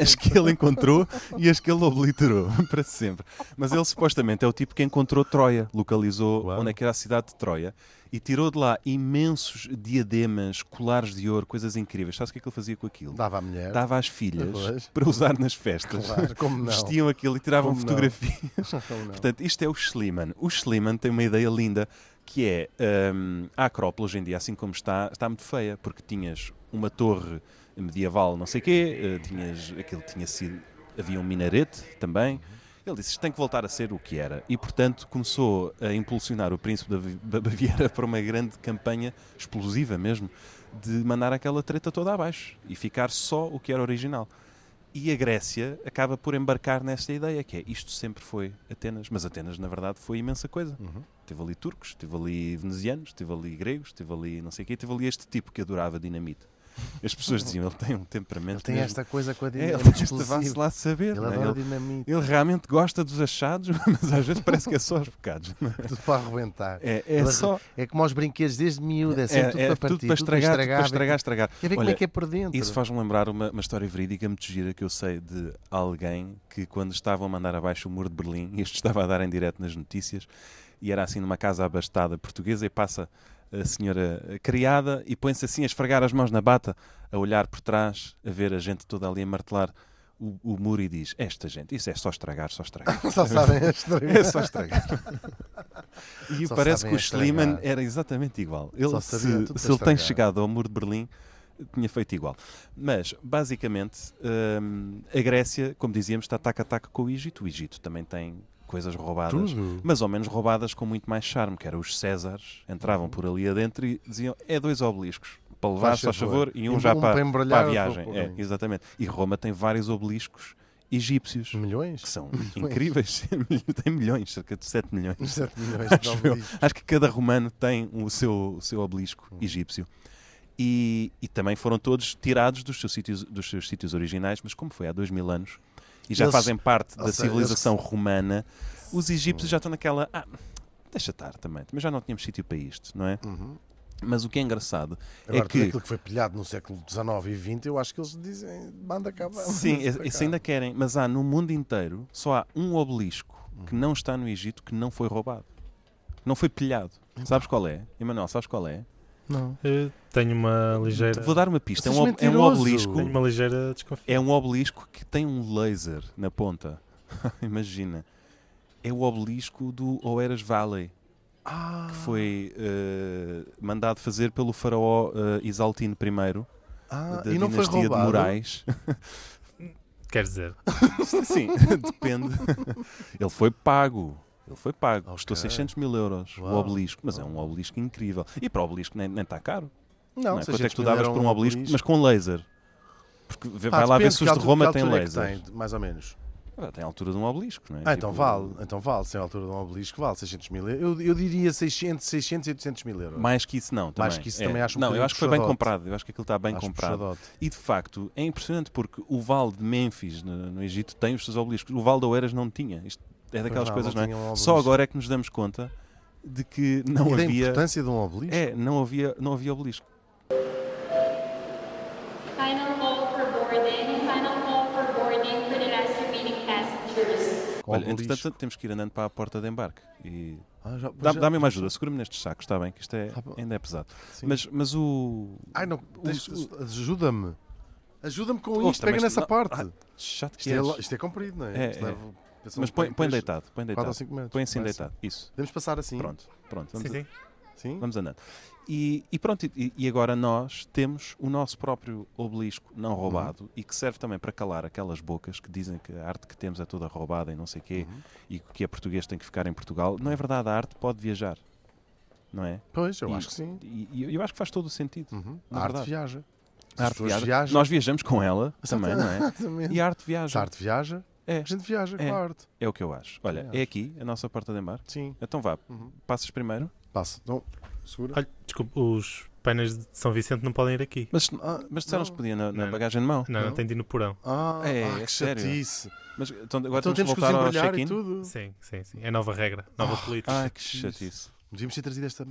Speaker 2: As que ele encontrou e as que ele obliterou *laughs* para sempre. Mas ele supostamente é o tipo que encontrou Troia, localizou
Speaker 3: Uau.
Speaker 2: onde é que era a cidade de Troia e tirou de lá imensos diademas, colares de ouro, coisas incríveis. Sabes o que é que ele fazia com aquilo?
Speaker 3: Dava à mulher.
Speaker 2: Dava às filhas
Speaker 3: Pois.
Speaker 2: para usar nas festas.
Speaker 3: Claro, como não.
Speaker 2: Vestiam aquilo e tiravam
Speaker 3: Como não.
Speaker 2: fotografias.
Speaker 3: *laughs* Como não.
Speaker 2: Portanto, isto é o Schliemann. O Schliemann tem uma ideia linda que é hum, a Acrópole hoje em dia, assim como está, está muito feia, porque tinhas uma torre medieval, não sei quê, eh, tinhas aquilo tinha sido. Havia um minarete também. Ele disse: Isto tem que voltar a ser o que era. E, portanto, começou a impulsionar o príncipe da Vi- *laughs* da Baviera para uma grande campanha explosiva mesmo, de mandar aquela treta toda abaixo e ficar só o que era original. E a Grécia acaba por embarcar nesta ideia que é isto sempre foi Atenas, mas Atenas na verdade foi imensa coisa.
Speaker 3: Uhum.
Speaker 2: Teve ali turcos, teve ali venezianos, teve ali gregos, teve ali não sei o quê, teve ali este tipo que adorava dinamite. As pessoas diziam, ele tem um temperamento.
Speaker 3: Ele tem
Speaker 2: mesmo.
Speaker 3: esta coisa com a
Speaker 2: é, ele
Speaker 3: dinamite
Speaker 2: tem *laughs* este
Speaker 3: explosiva.
Speaker 2: vá-se lá saber.
Speaker 3: Ele
Speaker 2: não é?
Speaker 3: adora
Speaker 2: Ele- *laughs*
Speaker 3: dinamite.
Speaker 2: ele realmente gosta dos achados, *laughs* mas às vezes parece que é só os bocados. não é?
Speaker 3: Tudo para arrebentar.
Speaker 2: É, é
Speaker 3: Ele-
Speaker 2: só.
Speaker 3: É como aos brinquedos desde miúdo. É sempre
Speaker 2: é-
Speaker 3: tudo
Speaker 2: é
Speaker 3: para partir.
Speaker 2: tudo para estragar, tudo para estragar, estragar.
Speaker 3: Quer ver como é
Speaker 2: Olha,
Speaker 3: que é por dentro?
Speaker 2: Isso faz-me lembrar uma, uma história verídica muito gira que eu sei de alguém que, quando estavam a mandar abaixo o muro de Berlim, *laughs* e isto estava a dar em direto nas notícias, e era assim numa casa abastada portuguesa, e passa a senhora eh, criada e põe-se assim a esfregar as mãos na bata, a olhar por trás, a ver a gente toda ali a martelar o, o Muri diz: Esta gente, isso é só estragar, só estragar.
Speaker 3: *laughs*
Speaker 2: *laughs*
Speaker 3: Só sabem a história.
Speaker 2: É só estragar. E
Speaker 3: Só
Speaker 2: parece que
Speaker 3: sabem
Speaker 2: o
Speaker 3: a estragar.
Speaker 2: Schliemann era exatamente igual.
Speaker 3: Só
Speaker 2: Ele, se,
Speaker 3: sabiam tudo
Speaker 2: se
Speaker 3: a
Speaker 2: ele tem
Speaker 3: estragar.
Speaker 2: chegado ao muro de Berlim, tinha feito igual. Mas, basicamente, hum, a Grécia, como dizíamos, está taca a taca com o Egito. O Egito também tem coisas roubadas,
Speaker 4: Tudo.
Speaker 2: mas ao menos roubadas com muito mais charme, que eram os Césares, entravam por ali adentro e diziam: é dois obeliscos. Para levar,
Speaker 3: Uhum. Faz
Speaker 2: só
Speaker 3: favor."
Speaker 2: favor, e um,
Speaker 3: E
Speaker 2: já
Speaker 3: um para
Speaker 2: para,
Speaker 3: embrulhar,
Speaker 2: para a
Speaker 3: outro para
Speaker 2: viagem.
Speaker 3: pôr
Speaker 2: É,
Speaker 3: ali.
Speaker 2: exatamente. E Roma tem vários obeliscos egípcios *laughs*
Speaker 3: Milhões?
Speaker 2: que são incríveis, *laughs* tem milhões, cerca de 7 milhões.
Speaker 3: 7 milhões
Speaker 2: *laughs*
Speaker 3: de
Speaker 2: Acho, eu.
Speaker 3: obeliscos.
Speaker 2: Acho que cada romano tem o seu, o seu obelisco
Speaker 3: Hum.
Speaker 2: egípcio. E, e também foram todos tirados dos seus, sítios, dos seus sítios originais, mas como foi há dois mil anos e já
Speaker 3: Eles-
Speaker 2: fazem parte
Speaker 3: ou
Speaker 2: da
Speaker 3: seja,
Speaker 2: civilização romana, os egípcios já estão naquela. Ah, deixa estar também, mas já não tínhamos sítio para isto, não é?
Speaker 3: Uhum.
Speaker 2: Mas o que é engraçado
Speaker 3: Agora,
Speaker 2: é
Speaker 3: tudo
Speaker 2: que.
Speaker 3: aquilo que foi pilhado no século XIX e XX, eu acho que eles dizem, manda cá. manda *laughs*
Speaker 2: Sim,
Speaker 3: para cá.
Speaker 2: isso ainda querem, mas há no mundo inteiro só há um obelisco
Speaker 3: Uhum.
Speaker 2: que não está no Egito que não foi roubado. Não foi pilhado. Sabes qual é? Emanuel, sabes qual é?
Speaker 3: Não.
Speaker 4: Eu tenho uma ligeira.
Speaker 2: Te vou dar uma pista. É
Speaker 3: Vocês
Speaker 2: um, ob- é um
Speaker 3: mentiroso.
Speaker 2: obelisco.
Speaker 4: Tenho uma ligeira desconfiança.
Speaker 2: É um obelisco que tem um laser na ponta. *laughs* Imagina. É o obelisco do Oeras Valley,
Speaker 3: Ah,
Speaker 2: que foi eh, mandado fazer pelo faraó eh, Isaltino I,
Speaker 3: ah,
Speaker 2: da
Speaker 3: e não foi
Speaker 2: dinastia de
Speaker 3: roubado.
Speaker 2: Moraes.
Speaker 4: Quer dizer,
Speaker 2: Sim, é assim, *laughs* depende. Ele foi pago. Ele foi pago. Custou
Speaker 3: Ok.
Speaker 2: 600 mil euros
Speaker 3: Uau.
Speaker 2: o obelisco, mas é um obelisco incrível. E para o obelisco nem está caro.
Speaker 3: Não,
Speaker 2: não é?
Speaker 3: seja,
Speaker 2: Quanto é que tu
Speaker 3: eles
Speaker 2: davas por um
Speaker 3: fizeram
Speaker 2: obelisco, mas com laser? Porque vê- vai
Speaker 3: Ah,
Speaker 2: lá ver
Speaker 3: depende,
Speaker 2: se
Speaker 3: que
Speaker 2: os de
Speaker 3: altura-
Speaker 2: Roma
Speaker 3: que
Speaker 2: têm
Speaker 3: altura é que
Speaker 2: laser.
Speaker 3: tem, mais ou menos.
Speaker 2: Ah, tem a altura de um obelisco, não é?
Speaker 3: Ah, então
Speaker 2: Tipo,
Speaker 3: vale, então vale, sem a altura de um obelisco, vale 600 mil euros. Eu, eu diria 600, 600 e 800 mil euros.
Speaker 2: Mais que isso, não. Também. É.
Speaker 3: Mais que isso também acho um
Speaker 2: Não, eu
Speaker 3: bocadinho
Speaker 2: acho que foi bem
Speaker 3: puxadote.
Speaker 2: comprado. Eu acho que aquilo está bem
Speaker 3: Acho
Speaker 2: comprado.
Speaker 3: puxadote.
Speaker 2: E de facto, é impressionante porque o Vale de Mênfis, no, no Egito, tem os seus obeliscos. O Vale de Oeiras não tinha. Isto é daquelas
Speaker 3: não,
Speaker 2: coisas,
Speaker 3: não
Speaker 2: não,
Speaker 3: tinha um
Speaker 2: é?
Speaker 3: obelisco.
Speaker 2: Só agora é que nos damos conta de que não
Speaker 3: E da
Speaker 2: havia.
Speaker 3: importância de um obelisco?
Speaker 2: É, não havia, não havia obelisco.
Speaker 5: Final call for boarding. Final call for boarding for the last remaining passengers.
Speaker 3: Com
Speaker 2: Olha,
Speaker 3: obelisco.
Speaker 2: entretanto, temos que ir andando para a porta de embarque. E
Speaker 3: Ah, já-
Speaker 2: dá-
Speaker 3: já-
Speaker 2: Dá-me uma ajuda, segura-me nestes sacos, está bem, que isto é,
Speaker 3: Tá bom.
Speaker 2: ainda é pesado.
Speaker 3: Sim.
Speaker 2: Mas, mas o.
Speaker 3: Ai, não, deixa-
Speaker 2: o-
Speaker 3: ajuda-me. Ajuda-me com
Speaker 2: Ouve,
Speaker 3: isto, pega
Speaker 2: também
Speaker 3: nessa
Speaker 2: não-
Speaker 3: parte.
Speaker 2: Ah, chato que
Speaker 3: isto, é,
Speaker 2: és.
Speaker 3: lo- isto é comprido, não é?
Speaker 2: É,
Speaker 3: Isto
Speaker 2: é.
Speaker 3: leva- são
Speaker 2: Mas põe, põe
Speaker 3: três-
Speaker 2: deitado, põe
Speaker 3: quatro
Speaker 2: deitado.
Speaker 3: ou cinco metros.
Speaker 2: Põe assim
Speaker 3: Vai
Speaker 2: deitado, isso.
Speaker 3: Podemos passar assim?
Speaker 2: Pronto, pronto, vamos,
Speaker 4: sim, sim.
Speaker 3: Sim?
Speaker 2: vamos andando. E, e pronto, e, e agora nós temos o nosso próprio obelisco
Speaker 3: Uhum.
Speaker 2: não roubado e que serve também para calar aquelas bocas que dizem que a arte que temos é toda roubada e não sei quê
Speaker 3: Uhum.
Speaker 2: e que é português tem que ficar em Portugal. Não é verdade, a arte pode viajar, não é?
Speaker 3: Pois, eu
Speaker 2: E-
Speaker 3: acho que sim.
Speaker 2: E, e eu acho que faz todo o sentido.
Speaker 3: Uhum.
Speaker 2: Na
Speaker 3: A arte
Speaker 2: verdade.
Speaker 3: viaja.
Speaker 2: A
Speaker 3: As
Speaker 2: arte
Speaker 3: pessoas
Speaker 2: viaja.
Speaker 3: viajam.
Speaker 2: Nós viajamos com ela também, não é?
Speaker 3: Exatamente.
Speaker 2: E a arte viaja.
Speaker 3: Se a arte viaja,
Speaker 2: É,
Speaker 3: a gente viaja com a arte.
Speaker 2: é o que eu acho. Olha,
Speaker 3: Também Uhum.
Speaker 2: é aqui a nossa porta de embarque.
Speaker 3: Sim.
Speaker 2: Então vá, passas primeiro.
Speaker 3: Passa. Então, segura.
Speaker 4: Olha, desculpa, os painéis de São Vicente não podem ir aqui.
Speaker 2: Mas,
Speaker 3: Ah,
Speaker 2: mas disseram-nos
Speaker 3: não.
Speaker 2: que podia na, na
Speaker 4: Não.
Speaker 2: bagagem de mão.
Speaker 4: Não, não,
Speaker 3: Não?
Speaker 4: tem de ir no porão.
Speaker 3: Ah,
Speaker 2: É,
Speaker 3: ah,
Speaker 2: é
Speaker 3: que
Speaker 2: sério.
Speaker 3: chatice.
Speaker 2: Mas então, agora
Speaker 3: Então
Speaker 2: temos
Speaker 3: temos
Speaker 2: que
Speaker 3: que
Speaker 2: voltar ao
Speaker 3: desembrulhar e
Speaker 2: check-in.
Speaker 3: tudo.
Speaker 4: Sim, sim, sim. É nova regra, nova política.
Speaker 2: Ai, que chatice.
Speaker 3: Devíamos ter trazido esta.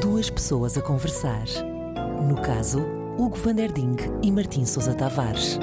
Speaker 1: Duas pessoas a conversar. No caso, Hugo Van Der Ding e Martim Sousa Tavares.